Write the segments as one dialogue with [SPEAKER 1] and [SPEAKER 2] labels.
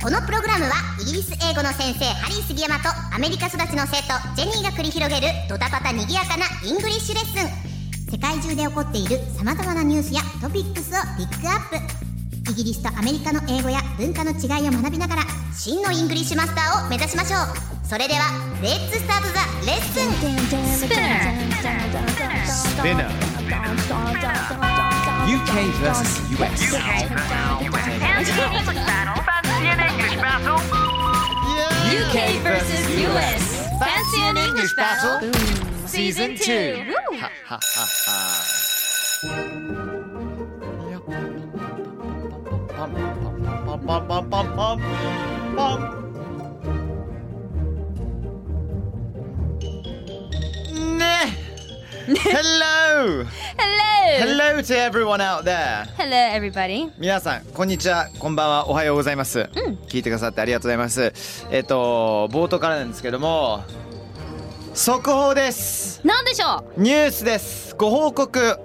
[SPEAKER 1] このプログラムはイギリス英語の先生ハリー杉山とアメリカ育ちの生徒ジェニーが繰り広げるドタパタにぎやかなイングリッシュレッスン世界中で起こっている様々なニュースやトピックスをピックアップイギリスとアメリカの英語や文化の違いを学びながら真のイングリッシュマスターを目指しましょうそれではレッツスタートザレッスン
[SPEAKER 2] Spinner.
[SPEAKER 3] UK versus US. UK versus US.
[SPEAKER 4] Fancy an English battle?
[SPEAKER 3] Season 2.
[SPEAKER 2] ね Hello!
[SPEAKER 4] Hello!
[SPEAKER 2] Hello to everyone out there!
[SPEAKER 4] Hello, everybody.
[SPEAKER 2] 皆さん、こんにちは、こんばんは、おはようございます。聞いてくださってありがとうございます。えっと、冒頭からなんですけども、速報です
[SPEAKER 4] なんでしょう
[SPEAKER 2] ニュースですご報告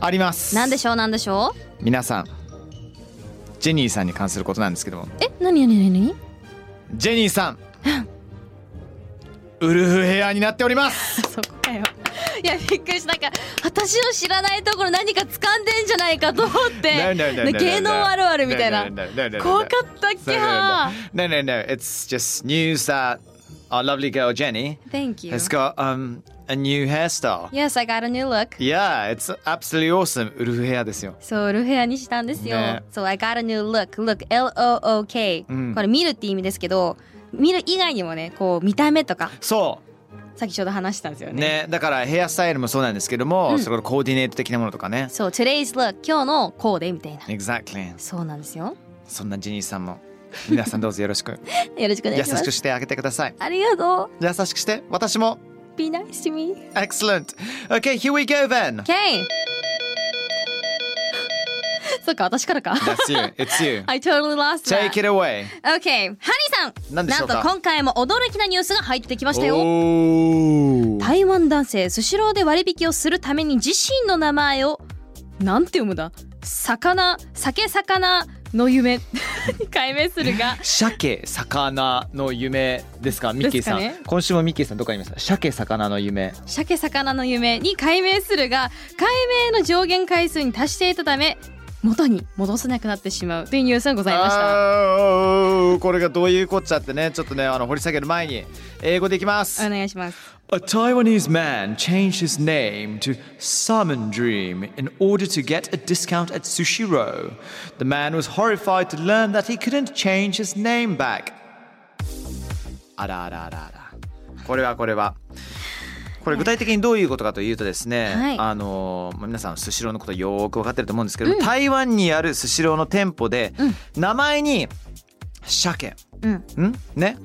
[SPEAKER 2] あります
[SPEAKER 4] なんでしょうなんでしょう
[SPEAKER 2] 皆さん、ジェニーさんに関することなんですけども、
[SPEAKER 4] え、なになになに
[SPEAKER 2] ジェニーさん、ウルフヘアになっております
[SPEAKER 4] そこかよ。いや、びっくりした。なんか、私の知らないところ何か掴んでんじゃないかと思って。
[SPEAKER 2] No, no, no, no,
[SPEAKER 4] な
[SPEAKER 2] no,
[SPEAKER 4] 芸
[SPEAKER 2] no,
[SPEAKER 4] 能
[SPEAKER 2] no.
[SPEAKER 4] あるあるみたい
[SPEAKER 2] No,
[SPEAKER 4] な
[SPEAKER 2] no,。no, no, no, no,
[SPEAKER 4] 怖かったっ
[SPEAKER 2] So,
[SPEAKER 4] けは
[SPEAKER 2] No, no, no. It's just news that our lovely girl Jenny
[SPEAKER 4] Thank you.
[SPEAKER 2] has got um a new hairstyle.
[SPEAKER 4] Yes, I got a new look.
[SPEAKER 2] Yeah, it's absolutely awesome. ウルフヘアですよ。
[SPEAKER 4] そう、ルフェアにしたんですよ。
[SPEAKER 2] ね
[SPEAKER 4] So I got a new look. Look, L-O-O-K、
[SPEAKER 2] ん
[SPEAKER 4] これ見るって意味ですけど、見る以外にもね、こう見た目とか、
[SPEAKER 2] そ
[SPEAKER 4] さっきちょうど話したんですよ
[SPEAKER 2] う
[SPEAKER 4] ね。
[SPEAKER 2] ね、だからヘアスタイルもそうなんですけども、それからコーディネート的なものとかね。
[SPEAKER 4] そう、today's look 今日のコーデみたいな。
[SPEAKER 2] Exactly.
[SPEAKER 4] そうなんですよ。
[SPEAKER 2] そんなジェニーさんも皆さんどうぞよろしく
[SPEAKER 4] よろしく お願
[SPEAKER 2] 優
[SPEAKER 4] いしま
[SPEAKER 2] しく
[SPEAKER 4] す。
[SPEAKER 2] してあげてください。
[SPEAKER 4] ありがと
[SPEAKER 2] 優しくして私も
[SPEAKER 4] う。Be nice to me.
[SPEAKER 2] excellent. Okay, here we go then.
[SPEAKER 4] Okay. そっか、私からか。
[SPEAKER 2] That's you. It's you.
[SPEAKER 4] I totally lost that.
[SPEAKER 2] Take it away.
[SPEAKER 4] Okay. ハリーさ
[SPEAKER 2] 何
[SPEAKER 4] ん。
[SPEAKER 2] でし
[SPEAKER 4] な
[SPEAKER 2] ょ
[SPEAKER 4] ん
[SPEAKER 2] うか
[SPEAKER 4] と今回も驚きなニュースが入ってきましたよ。
[SPEAKER 2] おー
[SPEAKER 4] 台湾男性スシローで割引をするために自身の名前をなんて読むんだ魚酒魚の夢 に改名するが
[SPEAKER 2] 鮭魚の夢ですかミッキーさん、
[SPEAKER 4] ですかね
[SPEAKER 2] 今週もミッキーさんどこにいました鮭魚の夢
[SPEAKER 4] 鮭魚の夢に改名するが改名の上限回数に達していたため元に戻せなくなってしまうというニュースがございました
[SPEAKER 2] あーこれがどういうこっちゃってねちょっとねあの掘り下げる前に英語でいきます
[SPEAKER 4] お願いします
[SPEAKER 2] A Taiwanese man changed his name to Salmon Dream in order to get a discount at Sushiro. The man was horrified to learn that he couldn't change his name back. あらあらあらあら。これはこれは。これ具体的にどういうことかというとですね、
[SPEAKER 4] はい
[SPEAKER 2] あのまあ皆さんスシローのことよーく分かってると思うんですけど、台湾にあるスシローの店舗で、名前に鮭、
[SPEAKER 4] うん
[SPEAKER 2] んね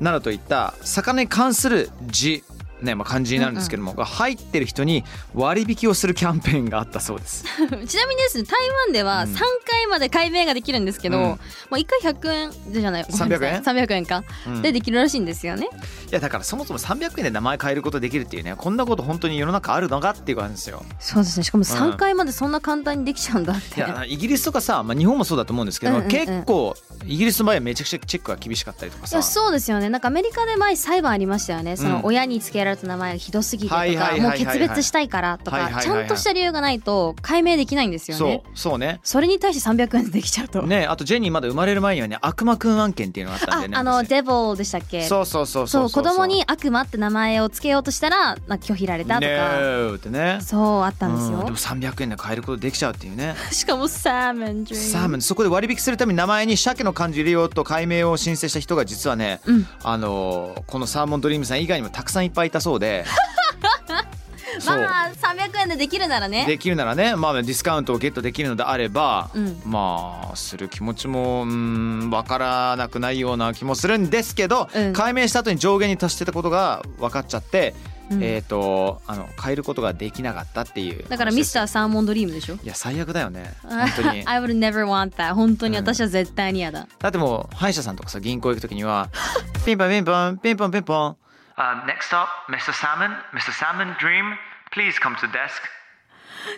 [SPEAKER 2] などといった魚に関する字ねまあ、漢字になるんですけども、が入ってる人に割引をするキャンペーンがあったそう です。
[SPEAKER 4] ちなみにですね台湾では3回まで改名ができるんですけど、
[SPEAKER 2] うん
[SPEAKER 4] もう1回100円じゃないごめんなさい
[SPEAKER 2] 300円
[SPEAKER 4] 300円か、
[SPEAKER 2] うん
[SPEAKER 4] でできるらしいんですよね
[SPEAKER 2] いやだからそもそも300円で名前変えることできるっていうねこんなこと本当に世の中あるのかっていう感じですよ。
[SPEAKER 4] そうですねしかも3回までそんな簡単にできちゃうんだっ
[SPEAKER 2] い
[SPEAKER 4] て、
[SPEAKER 2] やイギリスとかさ、まあ、日本もそうだと思うんですけど、
[SPEAKER 4] うんうんうん
[SPEAKER 2] 結構イギリスの場合はめちゃくちゃチェックが厳しかったりとか
[SPEAKER 4] い
[SPEAKER 2] さ
[SPEAKER 4] やそうですよねなんかアメリカで前裁判ありましたよねその親に付けられた名前がひどすぎてとか、
[SPEAKER 2] はいはいはいはい
[SPEAKER 4] もう
[SPEAKER 2] はい
[SPEAKER 4] 決別したいからとか、
[SPEAKER 2] はいはいはい
[SPEAKER 4] ち
[SPEAKER 2] はい
[SPEAKER 4] ゃんとした理由がないと解明できないんですよね
[SPEAKER 2] そうそうね。
[SPEAKER 4] それに対して300円でできちゃうと、
[SPEAKER 2] ねあとジェニーまだ生まれる前にはね悪魔くん案件っていうのがあったん
[SPEAKER 4] あ
[SPEAKER 2] でね。
[SPEAKER 4] あのデボルでしたっけ
[SPEAKER 2] そうそうそう
[SPEAKER 4] そ
[SPEAKER 2] そうう
[SPEAKER 4] 子供に悪魔って名前を付けようとしたらなんか拒否られたとか、
[SPEAKER 2] No ってね。
[SPEAKER 4] そうあったんです
[SPEAKER 2] うん
[SPEAKER 4] よ、
[SPEAKER 2] でも300円で買えることできちゃうっていうね
[SPEAKER 4] しかもサーモンドリーム
[SPEAKER 2] サーモンそこで割引するために名前に鮭の漢字入れようと改名を申請した人が実はね、
[SPEAKER 4] うん
[SPEAKER 2] あのーこのサーモンドリームさん以外にもたくさんいっぱいいたそうでそう
[SPEAKER 4] まあ300円でできるならね
[SPEAKER 2] できるならね、まあ、ディスカウントをゲットできるのであれば、
[SPEAKER 4] うん
[SPEAKER 2] まあする気持ちもうん分からなくないような気もするんですけど、
[SPEAKER 4] うん
[SPEAKER 2] 解明した後に上限に達してたことが分かっちゃって、
[SPEAKER 4] うん
[SPEAKER 2] えっ、とあの変えることができなかったっていう
[SPEAKER 4] だからミスタ
[SPEAKER 2] ー
[SPEAKER 4] ーサーモンドリームでしょ
[SPEAKER 2] いや最悪だよ ね本当に
[SPEAKER 4] I would never want that 本当に
[SPEAKER 2] うん
[SPEAKER 4] 私は絶対に嫌だ、
[SPEAKER 2] だってもう歯医者さんとかさ銀行行く時には ピンポンピンポンピンポンピンポン
[SPEAKER 5] Um, next up, Mr. Salmon, Mr. Salmon Dream, please come to desk.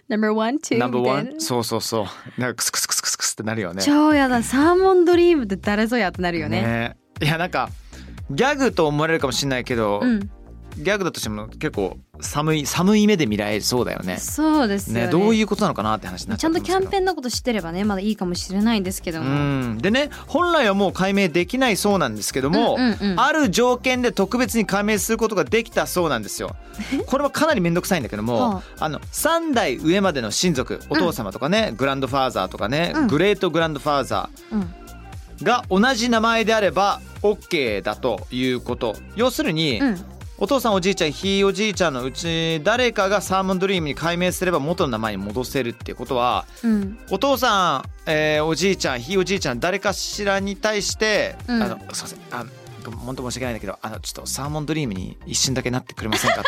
[SPEAKER 4] Number one, two
[SPEAKER 2] ナンバーワ
[SPEAKER 4] みたい
[SPEAKER 2] ン
[SPEAKER 4] な
[SPEAKER 2] そうそうそうなんかクスクスクスクスクスってなるよね
[SPEAKER 4] 超やだサーモンドリームって誰ぞやってなるよね
[SPEAKER 2] ねいやなんかギャグと思われるかもしれないけど、
[SPEAKER 4] うん
[SPEAKER 2] ギャグだとしても結構寒い寒い目で見られそうだよね
[SPEAKER 4] そうですよね
[SPEAKER 2] ねどういうことなのかなって話になっ
[SPEAKER 4] ち
[SPEAKER 2] ちゃ
[SPEAKER 4] ゃ
[SPEAKER 2] っ
[SPEAKER 4] ん
[SPEAKER 2] た
[SPEAKER 4] と
[SPEAKER 2] んで
[SPEAKER 4] キ
[SPEAKER 2] す
[SPEAKER 4] ャ
[SPEAKER 2] け
[SPEAKER 4] ン
[SPEAKER 2] ど
[SPEAKER 4] ペーンのこと知ってればねまだいいかもしれないんですけども、
[SPEAKER 2] うんでね本来はもう解明できないそうなんですけども、
[SPEAKER 4] うんうんうん
[SPEAKER 2] ある条件で特別に解明することができたそうなんですよ。これはかなり面倒くさいんだけども、
[SPEAKER 4] は
[SPEAKER 2] あの3代上までの親族お父様とかね、グランドファーザーとかね、
[SPEAKER 4] うん
[SPEAKER 2] グレートグランドファーザ
[SPEAKER 4] うん
[SPEAKER 2] ーが同じ名前であれば OK だということ要するに、
[SPEAKER 4] うん
[SPEAKER 2] お父さんおじいちゃんひいおじいちゃんのうち誰かがサーモンドリームに改名すれば元の名前に戻せるっていうことは
[SPEAKER 4] うん
[SPEAKER 2] お父さん、えーおじいちゃんひいおじいちゃん誰かしらに対して、
[SPEAKER 4] うん
[SPEAKER 2] あのすいませんあの本当申し訳ないんだけどあのちょっとサーモンドリームに一瞬だけなってくれませんかっ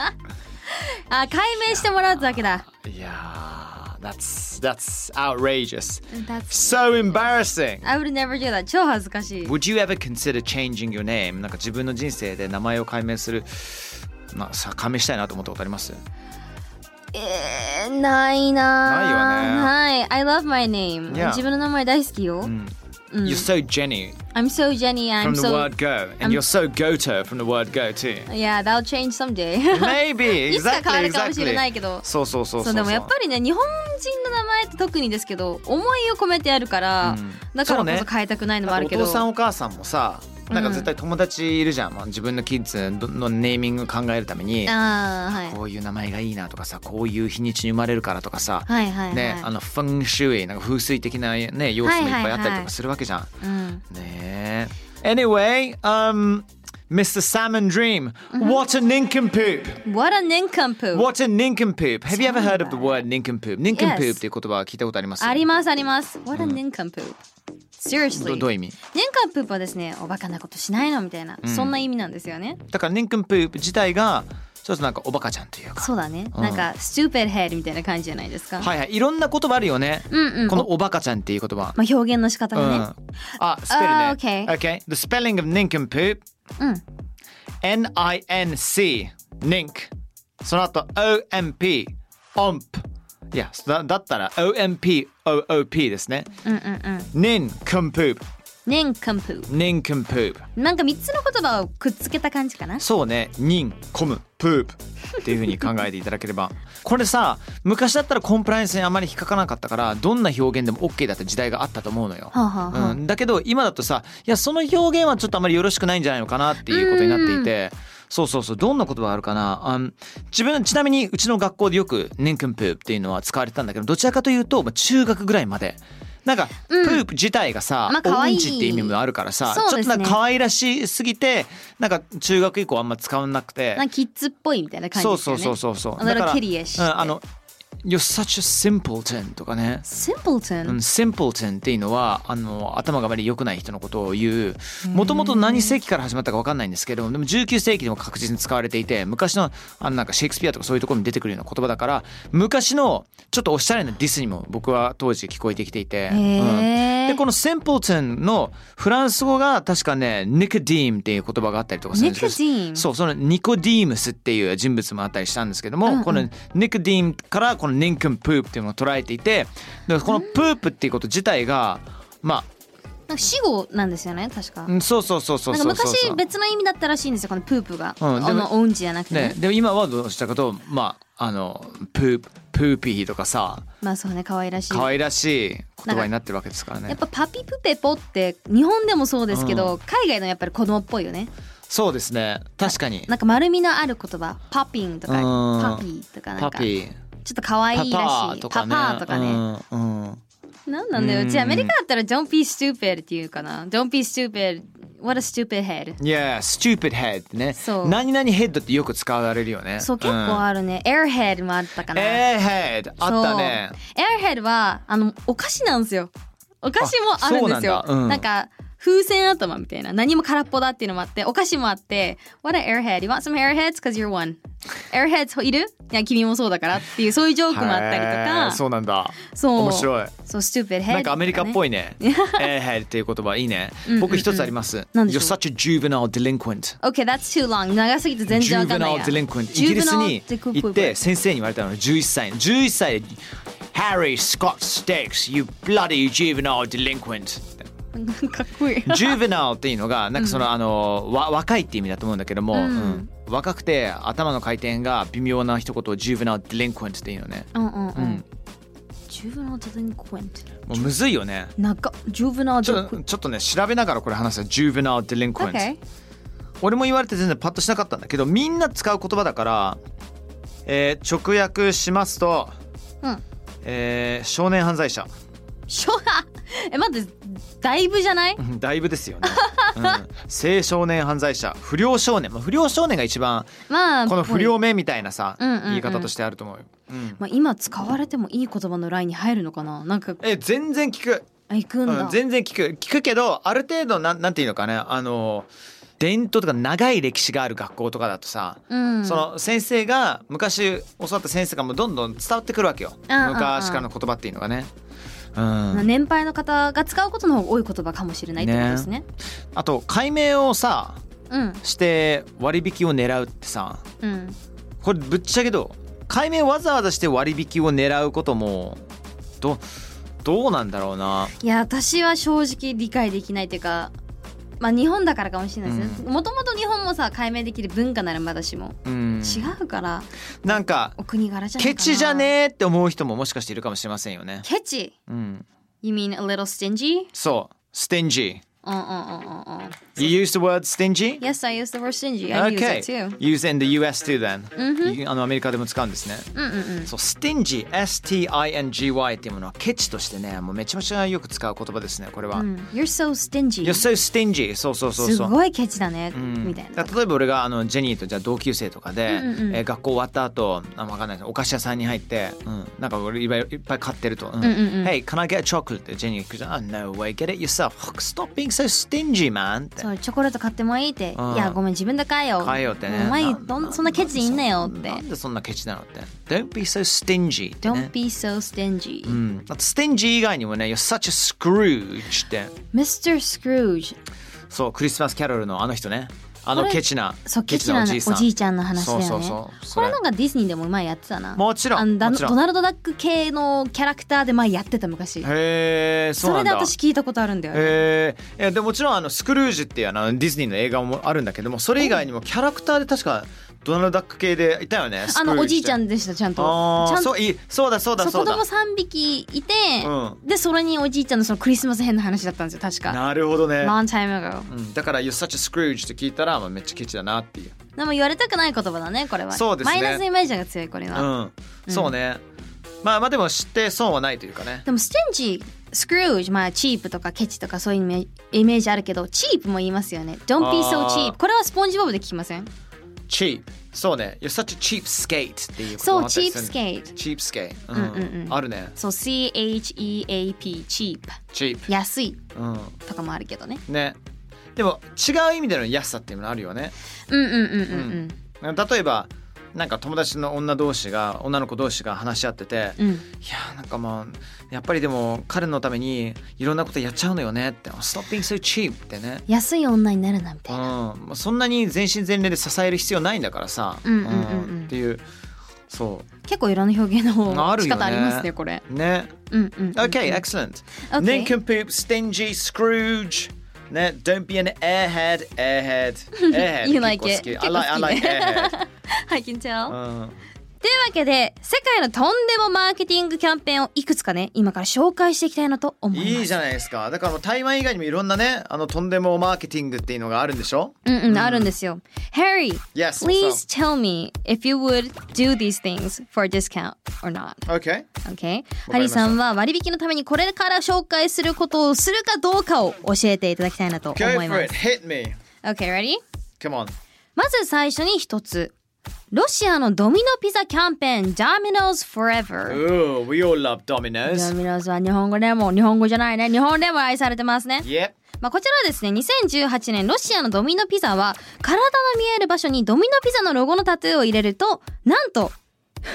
[SPEAKER 4] あ解明してもらうってわけだ
[SPEAKER 2] ていやー that's that's outrageous
[SPEAKER 4] That's-
[SPEAKER 2] so embarrassing
[SPEAKER 4] I would never do that 超恥ずかしい
[SPEAKER 2] would you ever consider changing your name なんか自分の人生で名前を改名するまあさ解明したいなと思ったことあります
[SPEAKER 4] えー、ないなないよねはい I love my name、
[SPEAKER 2] Yeah
[SPEAKER 4] 自分の名前大好きよ、
[SPEAKER 2] ん
[SPEAKER 4] うん
[SPEAKER 2] You're so Jenny
[SPEAKER 4] I'm so Jenny I'm
[SPEAKER 2] from the
[SPEAKER 4] so
[SPEAKER 2] word go, and
[SPEAKER 4] I'm-
[SPEAKER 2] you're so Goto from the word go too.
[SPEAKER 4] Yeah that'll change someday
[SPEAKER 2] Maybe
[SPEAKER 4] いつか
[SPEAKER 2] exactly
[SPEAKER 4] 変わるかもしれない
[SPEAKER 2] exactly.
[SPEAKER 4] けど
[SPEAKER 2] そうそうそうそう
[SPEAKER 4] そうでもやっぱりね日本人の名前って特にですけど思いを込めてやるから、
[SPEAKER 2] うん
[SPEAKER 4] だからこ
[SPEAKER 2] そ
[SPEAKER 4] そう
[SPEAKER 2] ね
[SPEAKER 4] 変えたくないのもあるけど
[SPEAKER 2] お父さんお母さんもさなんか絶対友達いるじゃん、まあ、自分のキッズのネーミング考えるために
[SPEAKER 4] あーはい
[SPEAKER 2] こういう名前がいいなとかさこういう日にちに生まれるからとかさ、
[SPEAKER 4] はいはいはい
[SPEAKER 2] ね、あのフェンシュイなんか風水的な、ね、要素もいっぱいあったりとかするわけじゃん。
[SPEAKER 4] うん、
[SPEAKER 2] ねえ Anyway, um, Mr. Salmon Dream, what a nincompoop!
[SPEAKER 4] What a nincompoop
[SPEAKER 2] What a nincompoop! Have you ever heard of the word nincompoop? nincompoop
[SPEAKER 4] Yes.
[SPEAKER 2] っていう言葉は聞いたことあります
[SPEAKER 4] ありますあります What a nincompoop、
[SPEAKER 2] ど
[SPEAKER 4] Seriously
[SPEAKER 2] どういう意味
[SPEAKER 4] nincompoop はですねおバカなことしないのみたいな、
[SPEAKER 2] うん
[SPEAKER 4] そんな意味なんですよね
[SPEAKER 2] だからニンクンプープ自体がちょっとなんかおバカちゃんというか
[SPEAKER 4] そうだね、
[SPEAKER 2] うん
[SPEAKER 4] なんか stupid head みたいな感じじゃないですか、
[SPEAKER 2] はいはいいろんな言葉あるよね、
[SPEAKER 4] うんうん
[SPEAKER 2] このおバカちゃんっていう言葉、
[SPEAKER 4] まあ、表現の仕方
[SPEAKER 2] うん
[SPEAKER 4] がね、
[SPEAKER 2] あスペルね
[SPEAKER 4] Ah, okay.
[SPEAKER 2] okay. The spelling of nincompoop
[SPEAKER 4] うん
[SPEAKER 2] N-I-N-C Nink その後 O-M-P Omp いやだだったら O-M-P-O-O-P ですね
[SPEAKER 4] うんうんうん、
[SPEAKER 2] nincompoop
[SPEAKER 4] nincompoop
[SPEAKER 2] nincompoop
[SPEAKER 4] なんか3つの言葉をくっつけた感じかな
[SPEAKER 2] そうね、ニン、コム、プープっていう風に考えていただければ。 これさ、昔だったらコンプライアンスにあまり引っかからなかったから、どんな表現でも OK だった時代があったと思うのよ。
[SPEAKER 4] はあはあはあ
[SPEAKER 2] うん、だけど今だとさ、いやその表現はちょっとあまりよろしくないんじゃないのかなっていうことになっていて。そうそうそうどんな言葉があるかなあん自分ちなみにうちの学校でよく「ねんくんプープ」っていうのは使われてたんだけどどちらかというと、まあ、中学ぐらいまでなんか、
[SPEAKER 4] うん
[SPEAKER 2] プープ自体がさ、
[SPEAKER 4] まあ可愛い
[SPEAKER 2] おうんちって意味もあるからさ、
[SPEAKER 4] そう
[SPEAKER 2] ちょ
[SPEAKER 4] で
[SPEAKER 2] っ
[SPEAKER 4] す
[SPEAKER 2] と
[SPEAKER 4] ね
[SPEAKER 2] なんか可愛らしすぎてなんか中学以降あんま使わなくて
[SPEAKER 4] なんかキッズっぽいみたいな感じ
[SPEAKER 2] そう
[SPEAKER 4] です
[SPEAKER 2] そ
[SPEAKER 4] よ
[SPEAKER 2] う
[SPEAKER 4] ね
[SPEAKER 2] そうそうそう
[SPEAKER 4] あの
[SPEAKER 2] だから、
[SPEAKER 4] キリエシ
[SPEAKER 2] うんあの「You're such a simpleton」とかね
[SPEAKER 4] Simpleton、
[SPEAKER 2] うん、simpleton っていうのはあの頭があまり良くない人のことを言うもともと何世紀から始まったか分かんないんですけどでも19世紀でも確実に使われていて昔のあのなんかシェイクスピアとかそういうところに出てくるような言葉だから昔のちょっとおしゃれなディスにも僕は当時聞こえてきていて、
[SPEAKER 4] へー
[SPEAKER 2] でこの simpleton のフランス語が確かね nicodeme っていう言葉があったりとかするんですけど
[SPEAKER 4] Nicodeme
[SPEAKER 2] そうそのニコディームスっていう人物もあったりしたんですけども、
[SPEAKER 4] うんうん
[SPEAKER 2] このニコディームからこのニンクンプープっていうのを捉えていてでこのプープっていうこと自体がま
[SPEAKER 4] なんか死語なんですよね確か
[SPEAKER 2] あうんそうそうそうそう
[SPEAKER 4] なんか
[SPEAKER 2] そうそう
[SPEAKER 4] 昔別の意味だったらしいんですよこのプープが、
[SPEAKER 2] うんでも
[SPEAKER 4] あのオンジじゃなくてね
[SPEAKER 2] ね、でも今はどうしたかとまああのプーププーピーとかさ
[SPEAKER 4] まあそうね可愛らしい
[SPEAKER 2] 可愛らしい言葉になってるわけですから
[SPEAKER 4] や
[SPEAKER 2] ね
[SPEAKER 4] っぱパピプペポって日本でもそうですけど、海外のやっぱり子供っぽいよね
[SPEAKER 2] そうですね確かに
[SPEAKER 4] なんか丸みのある言葉パピンとか
[SPEAKER 2] うん
[SPEAKER 4] パピーとかなん
[SPEAKER 2] パ
[SPEAKER 4] か
[SPEAKER 2] ピー
[SPEAKER 4] ちょっと可愛い
[SPEAKER 2] パ
[SPEAKER 4] ら
[SPEAKER 2] パ
[SPEAKER 4] しい
[SPEAKER 2] とかね
[SPEAKER 4] パパとかね、
[SPEAKER 2] うんうん
[SPEAKER 4] なんなんだよう
[SPEAKER 2] う
[SPEAKER 4] ち
[SPEAKER 2] ん
[SPEAKER 4] アメリカだったらジョン・ピー・スチューペルっていうかなジョン・ピー・スチューペル What a stupid head
[SPEAKER 2] Yeah, stupid head ってね。
[SPEAKER 4] そう
[SPEAKER 2] 何々ヘッドってよく使われるよね。
[SPEAKER 4] そう結構あるね、Airhead もあったかな
[SPEAKER 2] エーヘッドあったね。
[SPEAKER 4] そう。Airhead はあのお菓子なんですよ。お菓子もあるんですよ。
[SPEAKER 2] あそう
[SPEAKER 4] な
[SPEAKER 2] なんんだうん
[SPEAKER 4] か風船頭みたいな何も空っぽだっていうのもあってお菓子もあって「What a airhead you want some airheads cause you're one」「airheads いるいや君もそうだから」っていうそういうジョークもあったりと
[SPEAKER 2] へー
[SPEAKER 4] か
[SPEAKER 2] そうなんだ。
[SPEAKER 4] そう
[SPEAKER 2] 面白い。
[SPEAKER 4] そう stupid head
[SPEAKER 2] なんかアメリカっぽ
[SPEAKER 4] い
[SPEAKER 2] いね。エーヘッドっていう言葉いい ね。僕一つあります。
[SPEAKER 4] 何
[SPEAKER 2] You're
[SPEAKER 4] でしょう
[SPEAKER 2] such a juvenile delinquent.
[SPEAKER 4] OK that's too long 長すぎて全然わかんない
[SPEAKER 2] juvenile
[SPEAKER 4] や
[SPEAKER 2] delinquent イギリスに
[SPEAKER 4] Juvenile
[SPEAKER 2] 行って先生に言われたの11歳の11歳で Harry Scott Stakes you bloody juvenile delinquent
[SPEAKER 4] delinquent かっこいい
[SPEAKER 2] juvenile っていうのがなんかその、あのわ若いって意味だと思うんだけども、
[SPEAKER 4] うん
[SPEAKER 2] うん若くて頭の回転が微妙な一言を juvenile delinquent っていうのね
[SPEAKER 4] うんうんう
[SPEAKER 2] うんん
[SPEAKER 4] Juvenile delinquent
[SPEAKER 2] もうむずいよね
[SPEAKER 4] 長っ Juvenile
[SPEAKER 2] ちょっ
[SPEAKER 4] delinquent
[SPEAKER 2] とちょっとね調べながらこれ話す juvenile delinquent、
[SPEAKER 4] OK
[SPEAKER 2] 俺も言われて全然パッとしなかったんだけどみんな使う言葉だから、えー直訳しますと、
[SPEAKER 4] うん
[SPEAKER 2] えー少年犯罪者
[SPEAKER 4] しょが え待ってだいぶじゃない
[SPEAKER 2] うんだいぶですよね、うん、青少年犯罪者不良少年、まあ、不良少年が一番
[SPEAKER 4] まあ
[SPEAKER 2] この不良目みたいなさ、
[SPEAKER 4] うんうんうん
[SPEAKER 2] 言い方としてあると思うよ、うん
[SPEAKER 4] まあ、今使われてもいい言葉のラインに入るのかななんか
[SPEAKER 2] え全然聞く、
[SPEAKER 4] あ行くんだ、
[SPEAKER 2] うん全然聞く聞くけどある程度なんなんていうのかねあの伝統とか長い歴史がある学校とかだとさ、
[SPEAKER 4] うん
[SPEAKER 2] その先生が昔教わった先生がもうどんどん伝わってくるわけよ
[SPEAKER 4] あああ
[SPEAKER 2] 昔からの言葉っていうのがねうん
[SPEAKER 4] まあ年配の方が使うことの方が多い言葉かもしれないってことですね
[SPEAKER 2] あと解明をさ
[SPEAKER 4] うん
[SPEAKER 2] して割引を狙うってさ
[SPEAKER 4] うん
[SPEAKER 2] これぶっちゃけど解明わざわざして割引を狙うこともどどうなんだろうない
[SPEAKER 4] や私は正直理解できないっていうかまあ日本だからかもしれないですねもともと日本もさ解明できる文化ならまだしも、
[SPEAKER 2] うん
[SPEAKER 4] 違うから
[SPEAKER 2] なんか
[SPEAKER 4] お国柄じゃな
[SPEAKER 2] ケ
[SPEAKER 4] いかな
[SPEAKER 2] チじゃねえって思う人ももしかしているかもしれませんよね
[SPEAKER 4] ケチ
[SPEAKER 2] うん
[SPEAKER 4] You mean a little stingy?
[SPEAKER 2] そう stingy
[SPEAKER 4] うんうんうんうんうん
[SPEAKER 2] you use the word stingy
[SPEAKER 4] Yes, I use the word stingy. I use
[SPEAKER 2] Okay.
[SPEAKER 4] it too.
[SPEAKER 2] Use it in the US too then. あのアメリカでも使うんですね。
[SPEAKER 4] うんうんうん。
[SPEAKER 2] そう、stingy、S-T-I-N-G-Y っていうものはケチとしてね、もうめちゃめちゃよく使う言葉ですね、これは。
[SPEAKER 4] うん You're so stingy.
[SPEAKER 2] You're so stingy. そうそうそう
[SPEAKER 4] す
[SPEAKER 2] そう。
[SPEAKER 4] ごいケチだね、
[SPEAKER 2] うん
[SPEAKER 4] みたい
[SPEAKER 2] だ
[SPEAKER 4] な。
[SPEAKER 2] から例えば俺があのジェニーとじゃあ同級生とかで、
[SPEAKER 4] うんうんうん
[SPEAKER 2] えー学校終わった後あわかんないですお菓子屋さんに入って、うん、なんか俺いっぱいいっぱい買ってると「うん
[SPEAKER 4] んうん
[SPEAKER 2] Hey, can I get chocolate?」ってジェニーが聞くじゃん「Ah, No way, get it yourself. Stop being so stingy, man」って
[SPEAKER 4] そうチョコレート買ってもいいって、
[SPEAKER 2] うん
[SPEAKER 4] いやごめん自分で買えよ
[SPEAKER 2] 買えよってね
[SPEAKER 4] お前
[SPEAKER 2] な
[SPEAKER 4] どんそんなケチでいいんなよって
[SPEAKER 2] なんでそんなケチなのって Don't be so stingy ってね
[SPEAKER 4] Don't be so stingy、
[SPEAKER 2] うん、あとステンジー以外にもね「You're such a Scrooge」って
[SPEAKER 4] Mr. Scrooge
[SPEAKER 2] そうクリスマスキャロルのあの人ねあの
[SPEAKER 4] これ
[SPEAKER 2] ケチな
[SPEAKER 4] そうケチなおじい
[SPEAKER 2] さん
[SPEAKER 4] ちゃんの話だよね
[SPEAKER 2] そうそうそう
[SPEAKER 4] これな
[SPEAKER 2] そ
[SPEAKER 4] んかディズニーでも前やってたな
[SPEAKER 2] もちろん
[SPEAKER 4] あのダ
[SPEAKER 2] もちろん
[SPEAKER 4] ドナルド・ダック系のキャラクターで前やってた昔
[SPEAKER 2] れへえそう
[SPEAKER 4] そ
[SPEAKER 2] な
[SPEAKER 4] れ
[SPEAKER 2] ん
[SPEAKER 4] で
[SPEAKER 2] だ
[SPEAKER 4] 私聞いたことあるんだよね
[SPEAKER 2] へえでもちろんあのスクルージュっていうあのディズニーの映画もあるんだけどもそれ以外にもキャラクターで確かドナルド・ダック系でいたよね
[SPEAKER 4] あのおじいちゃ
[SPEAKER 2] ん
[SPEAKER 4] んでしたちゃんと
[SPEAKER 2] あ
[SPEAKER 4] ちゃ
[SPEAKER 2] あ
[SPEAKER 4] んと
[SPEAKER 2] そういそうだそうだ
[SPEAKER 4] そう
[SPEAKER 2] そ
[SPEAKER 4] 子
[SPEAKER 2] うだ
[SPEAKER 4] 供3匹いて、
[SPEAKER 2] う
[SPEAKER 4] でそれにおじいちゃんのそのクリスマス編の話だったんですよ確か
[SPEAKER 2] なるほどね、
[SPEAKER 4] Long time ago
[SPEAKER 2] うん、だから「You're such a Scrooge」って聞いたら、まあ、めっちゃケチだなっていう
[SPEAKER 4] でも言われたくない言葉だねこれは
[SPEAKER 2] そうですね
[SPEAKER 4] マイナスイメージが強いこれ
[SPEAKER 2] う
[SPEAKER 4] は、
[SPEAKER 2] ん、そうねまあまあでも知って損はないというかね
[SPEAKER 4] でもステンジスクルージまあチープとかケチとかそういうイメイメージあるけどチープも言いますよね Don't be so
[SPEAKER 2] あー
[SPEAKER 4] cheap これはスポンジボブで聞きません
[SPEAKER 2] cheap そうね you're such a cheap skate っていうこと
[SPEAKER 4] そう
[SPEAKER 2] もあったりする
[SPEAKER 4] cheapskate
[SPEAKER 2] cheap skate う
[SPEAKER 4] うんうんうん
[SPEAKER 2] んあるね
[SPEAKER 4] そう CHEAP チープ
[SPEAKER 2] cheap
[SPEAKER 4] 安い
[SPEAKER 2] うん
[SPEAKER 4] とかもあるけどね
[SPEAKER 2] ねでも違う意味での安さっていうのもあるよね
[SPEAKER 4] うんうんうんうん
[SPEAKER 2] 例えばなんか友達の女同士が女の子同士が話し合ってて、
[SPEAKER 4] うん
[SPEAKER 2] いやーなんかまあやっぱりでも彼のためにいろんなことやっちゃうのよねって stop being so cheap ってね
[SPEAKER 4] 安い女になるなみたいな
[SPEAKER 2] うんまあ、そんなに全身全霊で支える必要ないんだからさ、
[SPEAKER 4] うんうんうんうん
[SPEAKER 2] うんっていうそ
[SPEAKER 4] 結構いろんな表現の
[SPEAKER 2] あ
[SPEAKER 4] 仕
[SPEAKER 2] るよね
[SPEAKER 4] 方ありますねこれ
[SPEAKER 2] うね
[SPEAKER 4] うんうんうん
[SPEAKER 2] OK excellent
[SPEAKER 4] Okay.
[SPEAKER 2] nincompoop stingy scrooge ね don't be an airhead airhead airhead
[SPEAKER 4] You like
[SPEAKER 2] 結構好き
[SPEAKER 4] it.
[SPEAKER 2] I like, I like
[SPEAKER 4] 結構好
[SPEAKER 2] airhead
[SPEAKER 4] I can
[SPEAKER 2] う
[SPEAKER 4] tell
[SPEAKER 2] ん
[SPEAKER 4] というわけで世界のとんでもマーケティングキャンペーンをいくつかね今から紹介していきたいなと思います
[SPEAKER 2] いいじゃないですかだからあの台湾以外にもいろんなねあのとんでもマーケティングっていうのがあるんでしょ
[SPEAKER 4] うんうん、あるんですよ Harry
[SPEAKER 2] Yes,
[SPEAKER 4] please tell me if you would do these things for a discount or not
[SPEAKER 2] OK
[SPEAKER 4] OK
[SPEAKER 2] た
[SPEAKER 4] ハリーさんは割引のためにこれから紹介することをするかどうかを教えていただきたいなと
[SPEAKER 2] Go
[SPEAKER 4] 思いま
[SPEAKER 2] for it
[SPEAKER 4] す
[SPEAKER 2] hit me
[SPEAKER 4] OK ready?
[SPEAKER 2] Come on
[SPEAKER 4] まず最初に一つロシアのドミノピザキャンペーン Domino's Forever
[SPEAKER 2] Ooh we all love Domino's
[SPEAKER 4] ドミノズは日本語でも日本語じゃないね日本でも愛されてますね
[SPEAKER 2] Yep
[SPEAKER 4] まあ、こちらはですね2018年ロシアのドミノピザは体の見える場所にドミノピザのロゴのタトゥーを入れるとなんと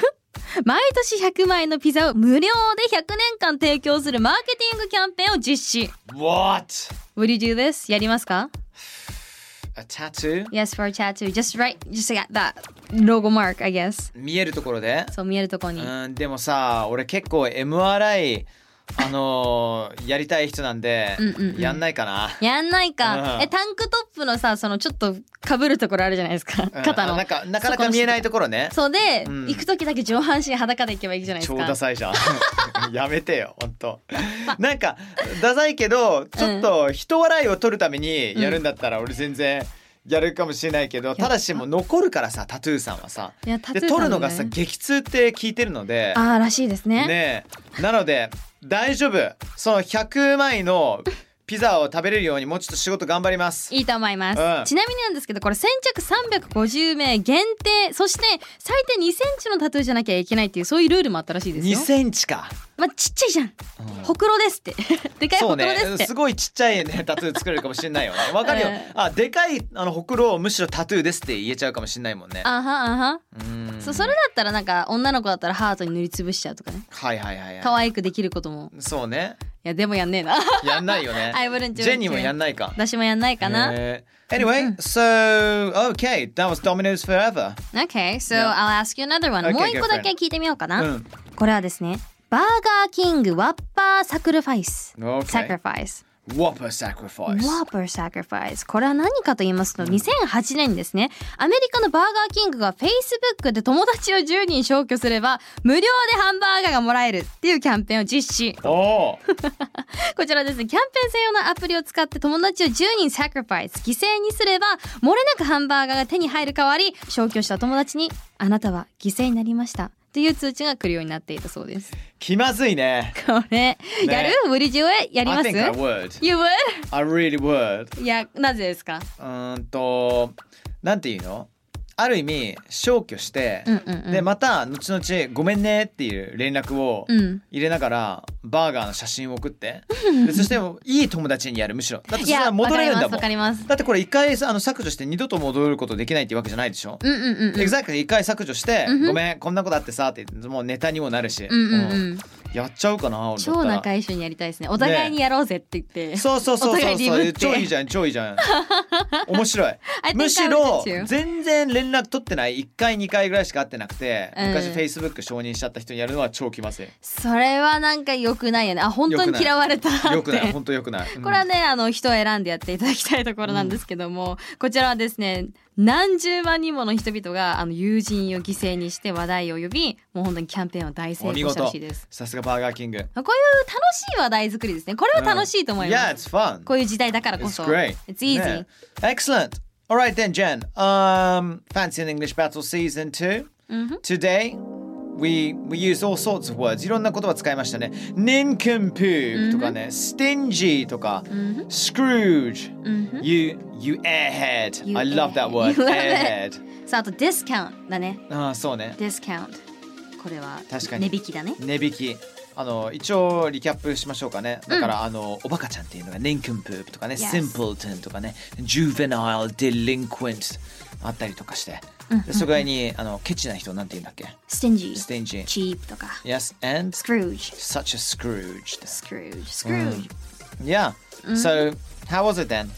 [SPEAKER 4] 毎年100枚のピザを無料で100年間提供するマーケティングキャンペーンを実施
[SPEAKER 2] What
[SPEAKER 4] Would you do this? やりますか
[SPEAKER 2] A tattoo
[SPEAKER 4] ?Yes for a tattoo just right just got that logo mark I guess
[SPEAKER 2] 見えるところで
[SPEAKER 4] そう見えるとこに
[SPEAKER 2] うんでもさ俺結構 MRI あの ーやりたい人なんで
[SPEAKER 4] うんうんうん
[SPEAKER 2] やんないかな
[SPEAKER 4] やんない
[SPEAKER 2] うん
[SPEAKER 4] かえタンクトップのさそのちょっとかぶるところあるじゃないですか
[SPEAKER 2] うん
[SPEAKER 4] 肩の
[SPEAKER 2] あなんかなかなか見えないところね
[SPEAKER 4] そうで、
[SPEAKER 2] うん
[SPEAKER 4] 行く時だけ上半身裸で行けばいいじゃないです
[SPEAKER 2] 超
[SPEAKER 4] か
[SPEAKER 2] ダサいじゃ んやめてよ本当なんかダサいけどちょっと人笑いを取るためにやるんだったら俺全然やるかもしれないけどただしもう残るからさタトゥーさんはさ
[SPEAKER 4] いやタトゥ
[SPEAKER 2] で
[SPEAKER 4] ーさん
[SPEAKER 2] 取
[SPEAKER 4] ね
[SPEAKER 2] るのがさ激痛って聞いてるので
[SPEAKER 4] あーらしいですね
[SPEAKER 2] ねえなので大丈夫その100枚のピザを食べれるようにもうちょっと仕事頑張ります
[SPEAKER 4] いいと思います、
[SPEAKER 2] うん
[SPEAKER 4] ちなみになんですけどこれ先着350名限定そして最低2センチのタトゥーじゃなきゃいけないっていうそういうルールもあったらしいです
[SPEAKER 2] 2
[SPEAKER 4] よ
[SPEAKER 2] センチか
[SPEAKER 4] まあちっちゃいじゃん、ほくろですって でかいほ
[SPEAKER 2] そう
[SPEAKER 4] くろで
[SPEAKER 2] ね
[SPEAKER 4] すって
[SPEAKER 2] すごいちっちゃいねタトゥー作れるかもしれないよねわかるよ、
[SPEAKER 4] ええ
[SPEAKER 2] あでかいあのほくろをむしろタトゥーですって言えちゃうかもしれないもんね
[SPEAKER 4] あはあは
[SPEAKER 2] うん
[SPEAKER 4] そそれだったらなんか女の子だったらハートに塗りつぶしちゃうとかね
[SPEAKER 2] はいはいはいはい
[SPEAKER 4] 可愛くできることも
[SPEAKER 2] そうね
[SPEAKER 4] いやでもやんねえ な
[SPEAKER 2] やんないよね
[SPEAKER 4] I wouldn't do it
[SPEAKER 2] ジェニーもやんないか
[SPEAKER 4] 私もやんないかな、
[SPEAKER 2] へえ Anyway, so okay, that was Domino's Forever.
[SPEAKER 4] Okay so
[SPEAKER 2] Yeah.
[SPEAKER 4] I'll ask you another one、
[SPEAKER 2] Okay,
[SPEAKER 4] もう一個だけ聞いてみようかな、
[SPEAKER 2] うん
[SPEAKER 4] これはですねバーガーキングワッパーサクルファイス
[SPEAKER 2] Okay.
[SPEAKER 4] sacrifice
[SPEAKER 2] Whopper sacrifice.
[SPEAKER 4] Whopper Sacrifice これは何かと言いますと2008年にですねアメリカのバーガーキングが Facebook で友達を10人消去すれば無料でハンバーガーがもらえるっていうキャンペーンを実施
[SPEAKER 2] おー
[SPEAKER 4] こちらですねキャンペーン専用のアプリを使って友達を10人サクリファイス犠牲にすれば漏れなくハンバーガーが手に入る代わり消去した友達にあなたは犠牲になりましたという通知が来るようになっていたそ うです
[SPEAKER 2] 気まずいね。
[SPEAKER 4] これやる
[SPEAKER 2] ね
[SPEAKER 4] Would you やりま
[SPEAKER 2] I
[SPEAKER 4] す
[SPEAKER 2] think I would.
[SPEAKER 4] You would?
[SPEAKER 2] I really would.
[SPEAKER 4] いやなぜですか
[SPEAKER 2] うーんと、なんていうのある意味、消去して、
[SPEAKER 4] うんうんうん
[SPEAKER 2] で、また、後々、ごめんねっていう連絡を
[SPEAKER 4] うん
[SPEAKER 2] 入れながら、バーガーの写真を送 って、でそして、いい友達にやる、むしろ。だって、そ
[SPEAKER 4] い
[SPEAKER 2] れは
[SPEAKER 4] や
[SPEAKER 2] 戻れるんだも
[SPEAKER 4] わ
[SPEAKER 2] ん
[SPEAKER 4] か。りますわかります
[SPEAKER 2] だってこれ一回あの削除して二度と戻ることできないっていうわけじゃないでしょ、
[SPEAKER 4] うんうんうんうん
[SPEAKER 2] エグザクト一回削除して、
[SPEAKER 4] うんうん
[SPEAKER 2] ごめんこんなことあってさって言ってもうネタにもなるし、
[SPEAKER 4] うんうん
[SPEAKER 2] う
[SPEAKER 4] うんん、
[SPEAKER 2] やっちゃうかな俺だったら
[SPEAKER 4] 超仲一緒にやりたいですねお互いにやろうぜって言って、
[SPEAKER 2] そうそうそう
[SPEAKER 4] お
[SPEAKER 2] そ
[SPEAKER 4] 互
[SPEAKER 2] う
[SPEAKER 4] い
[SPEAKER 2] そ
[SPEAKER 4] リブっ
[SPEAKER 2] う
[SPEAKER 4] て
[SPEAKER 2] 超いいじゃん超いいじ ゃん面白い
[SPEAKER 4] I think I
[SPEAKER 2] むしろ
[SPEAKER 4] would too
[SPEAKER 2] 全然連絡取ってない1回2回ぐらいしか会ってなくて、
[SPEAKER 4] うん
[SPEAKER 2] 昔 Facebook 承認しちゃった人にやるのは超気まずい
[SPEAKER 4] それはなんか良くないよねあ本当
[SPEAKER 2] 良くな
[SPEAKER 4] に
[SPEAKER 2] い
[SPEAKER 4] 嫌われたって
[SPEAKER 2] よくない本当よくない、うん
[SPEAKER 4] これはねあの人を選んでやっていただきたいところなんですけども、こちらはですね何十万人もの人々があの友人を犠牲にして話題を呼びもう本当にキャンペーンを大成
[SPEAKER 2] お見
[SPEAKER 4] 功してほ
[SPEAKER 2] 事
[SPEAKER 4] しいです
[SPEAKER 2] さすがバーガーキング
[SPEAKER 4] こういう楽しい話題作りですねこれは楽しいと思いま
[SPEAKER 2] Yeah, it's
[SPEAKER 4] す、
[SPEAKER 2] fun
[SPEAKER 4] こういう時代だからこ
[SPEAKER 2] It's
[SPEAKER 4] そ
[SPEAKER 2] great.
[SPEAKER 4] It's easy、
[SPEAKER 2] Yeah. Excellent. All right then, Jen. Um, Fancy an English Battle Season 2.
[SPEAKER 4] Mm-hmm.
[SPEAKER 2] Today, we we used all sorts of words. いろんな言葉使いましたね。nincompoop
[SPEAKER 4] Mm-hmm.
[SPEAKER 2] とかね、stingy とか、scrooge. You you airhead.
[SPEAKER 4] Mm-hmm. You
[SPEAKER 2] I love that word.
[SPEAKER 4] airhead. You love
[SPEAKER 2] airhead. Ah,
[SPEAKER 4] さああとディスカウントだね
[SPEAKER 2] ああそうね。
[SPEAKER 4] ディスカウントこれは
[SPEAKER 2] 確かに
[SPEAKER 4] 値引きだね
[SPEAKER 2] 値引き。あの一応リキャップしましょうかね。だから、あのおバカちゃんっていうのが nincompoop とかね、
[SPEAKER 4] Yes
[SPEAKER 2] simpleton とかね、juvenile delinquent あったりとかして、でそれぐらいにあのケチな人なんて言うんだっけ
[SPEAKER 4] ステンジー
[SPEAKER 2] Stingy
[SPEAKER 4] チープとか
[SPEAKER 2] Yes, and
[SPEAKER 4] s クルージ
[SPEAKER 2] such a Scrooge.
[SPEAKER 4] スクルージスクルージ
[SPEAKER 2] Yeah. So how was it then?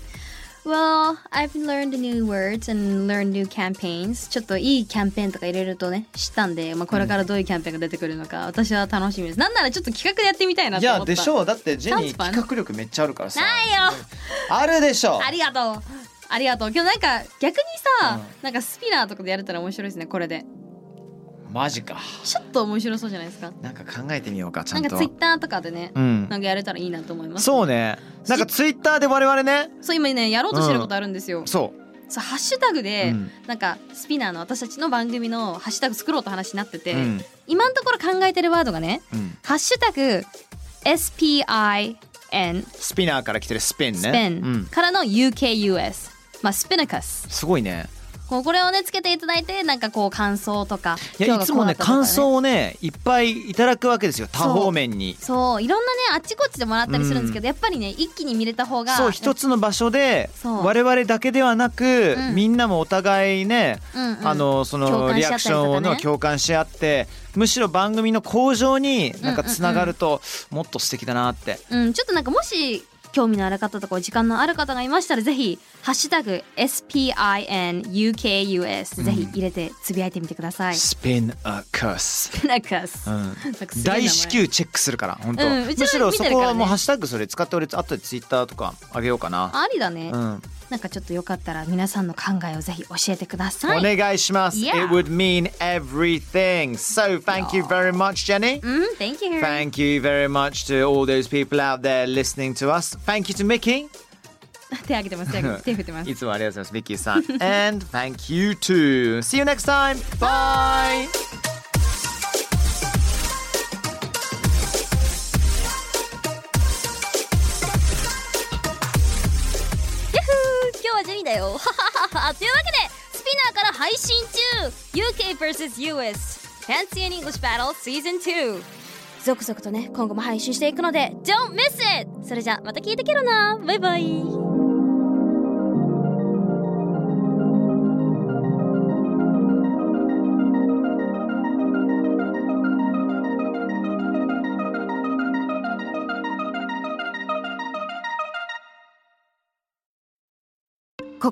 [SPEAKER 4] Well, I've learned new words and learned new campaigns. ちょっといいキャンペーンとかいろいろとね、知ったんで、まあ、これからどういうキャンペーンが出てくるのか、私は楽しみです。なんならちょっと企画でやってみたいないと思った。
[SPEAKER 2] やでしょうだってジェニー
[SPEAKER 4] Sounds fun.
[SPEAKER 2] 企画力めっちゃあるからさ。
[SPEAKER 4] ないよ
[SPEAKER 2] あるでしょう
[SPEAKER 4] ありがとうありがとう今日なんか逆にさ、なんかスピナーとかでやれたら面白いですね、これで。
[SPEAKER 2] マジか
[SPEAKER 4] ちょっと面白そうじゃないですか
[SPEAKER 2] なんか考えてみようかち
[SPEAKER 4] な
[SPEAKER 2] ゃ
[SPEAKER 4] ん
[SPEAKER 2] ん
[SPEAKER 4] か
[SPEAKER 2] と
[SPEAKER 4] ツイッターとかでね
[SPEAKER 2] うん
[SPEAKER 4] なんかやれたらいいなと思います
[SPEAKER 2] そうねなんかツイッターで我々ね
[SPEAKER 4] そう今ねやろうとしてることあるんですよ、
[SPEAKER 2] そ
[SPEAKER 4] そうハッシュタグ
[SPEAKER 2] う、
[SPEAKER 4] で、
[SPEAKER 2] うん
[SPEAKER 4] なんかスピナーの私たちの番組のハッシュタグ作ろうと話になってて、
[SPEAKER 2] うん
[SPEAKER 4] 今のところ考えてるワードがね
[SPEAKER 2] うん、
[SPEAKER 4] ハッシュタグ SPIN
[SPEAKER 2] スピナーから来てるスピンね
[SPEAKER 4] スペン、
[SPEAKER 2] うん、
[SPEAKER 4] からの UKUS まあスピナカス
[SPEAKER 2] すごいね
[SPEAKER 4] こうこれをねつけていただいてなんかこう感想とか
[SPEAKER 2] いやいつもね感
[SPEAKER 4] 今日がこうだったとか
[SPEAKER 2] 想をねいっぱいいただくわけですよ多方面に
[SPEAKER 4] そういろんなねあっちこっちでもらったりするんですけど、やっぱりね一気に見れた方が
[SPEAKER 2] そう一つの場所で
[SPEAKER 4] そう
[SPEAKER 2] 我々だけではなく、
[SPEAKER 4] うん
[SPEAKER 2] みんなもお互いね、
[SPEAKER 4] うんうん
[SPEAKER 2] あのそ
[SPEAKER 4] 共
[SPEAKER 2] の
[SPEAKER 4] 感
[SPEAKER 2] リ
[SPEAKER 4] し
[SPEAKER 2] ア
[SPEAKER 4] 合ったりとかね
[SPEAKER 2] クションをの共感し合ってむしろ番組の向上になんかつながるともっと素敵だなって、
[SPEAKER 4] うん、ちょっとなんかもし興味のある方とかお時間のある方がいましたらぜひ「ハッシュタグ #SPINUKUS」ぜひ入れてつぶやいてみてください。
[SPEAKER 2] スピンアカス、
[SPEAKER 4] なんかす、
[SPEAKER 2] う
[SPEAKER 4] なん
[SPEAKER 2] ん
[SPEAKER 4] かすげえ名前
[SPEAKER 2] 大至急チェックするから本当、
[SPEAKER 4] うんうちらも見て
[SPEAKER 2] む
[SPEAKER 4] る
[SPEAKER 2] し
[SPEAKER 4] からね
[SPEAKER 2] ろそこはもうハッシュタグそれ使って俺あとでツイッターとかあげようかな、
[SPEAKER 4] ありだね、
[SPEAKER 2] うん、
[SPEAKER 4] なんかちょっとよかったら皆さんの考えをぜひ教えてください。
[SPEAKER 2] お願いします、
[SPEAKER 4] Yeah.
[SPEAKER 2] It would mean everything So thank you very much Jenny
[SPEAKER 4] うん、Thank you.
[SPEAKER 2] Thank you very much to all those people out there listening to us. Thank you to Mickey.
[SPEAKER 4] 手挙げてます。手挙 げて手振ってます。
[SPEAKER 2] いつもありがとうございます、ミッキーさん。And thank you to. See you next time. Bye.
[SPEAKER 4] Yahoo！今日はジェニーだよ。はは ははというわけで、スピナーから配信中 !UK vs.US Fancy an English Battle Season 2! 続々とね、今後も配信していくので、Don't miss it! それじゃ、また聞いてけろなバイバイ
[SPEAKER 6] こ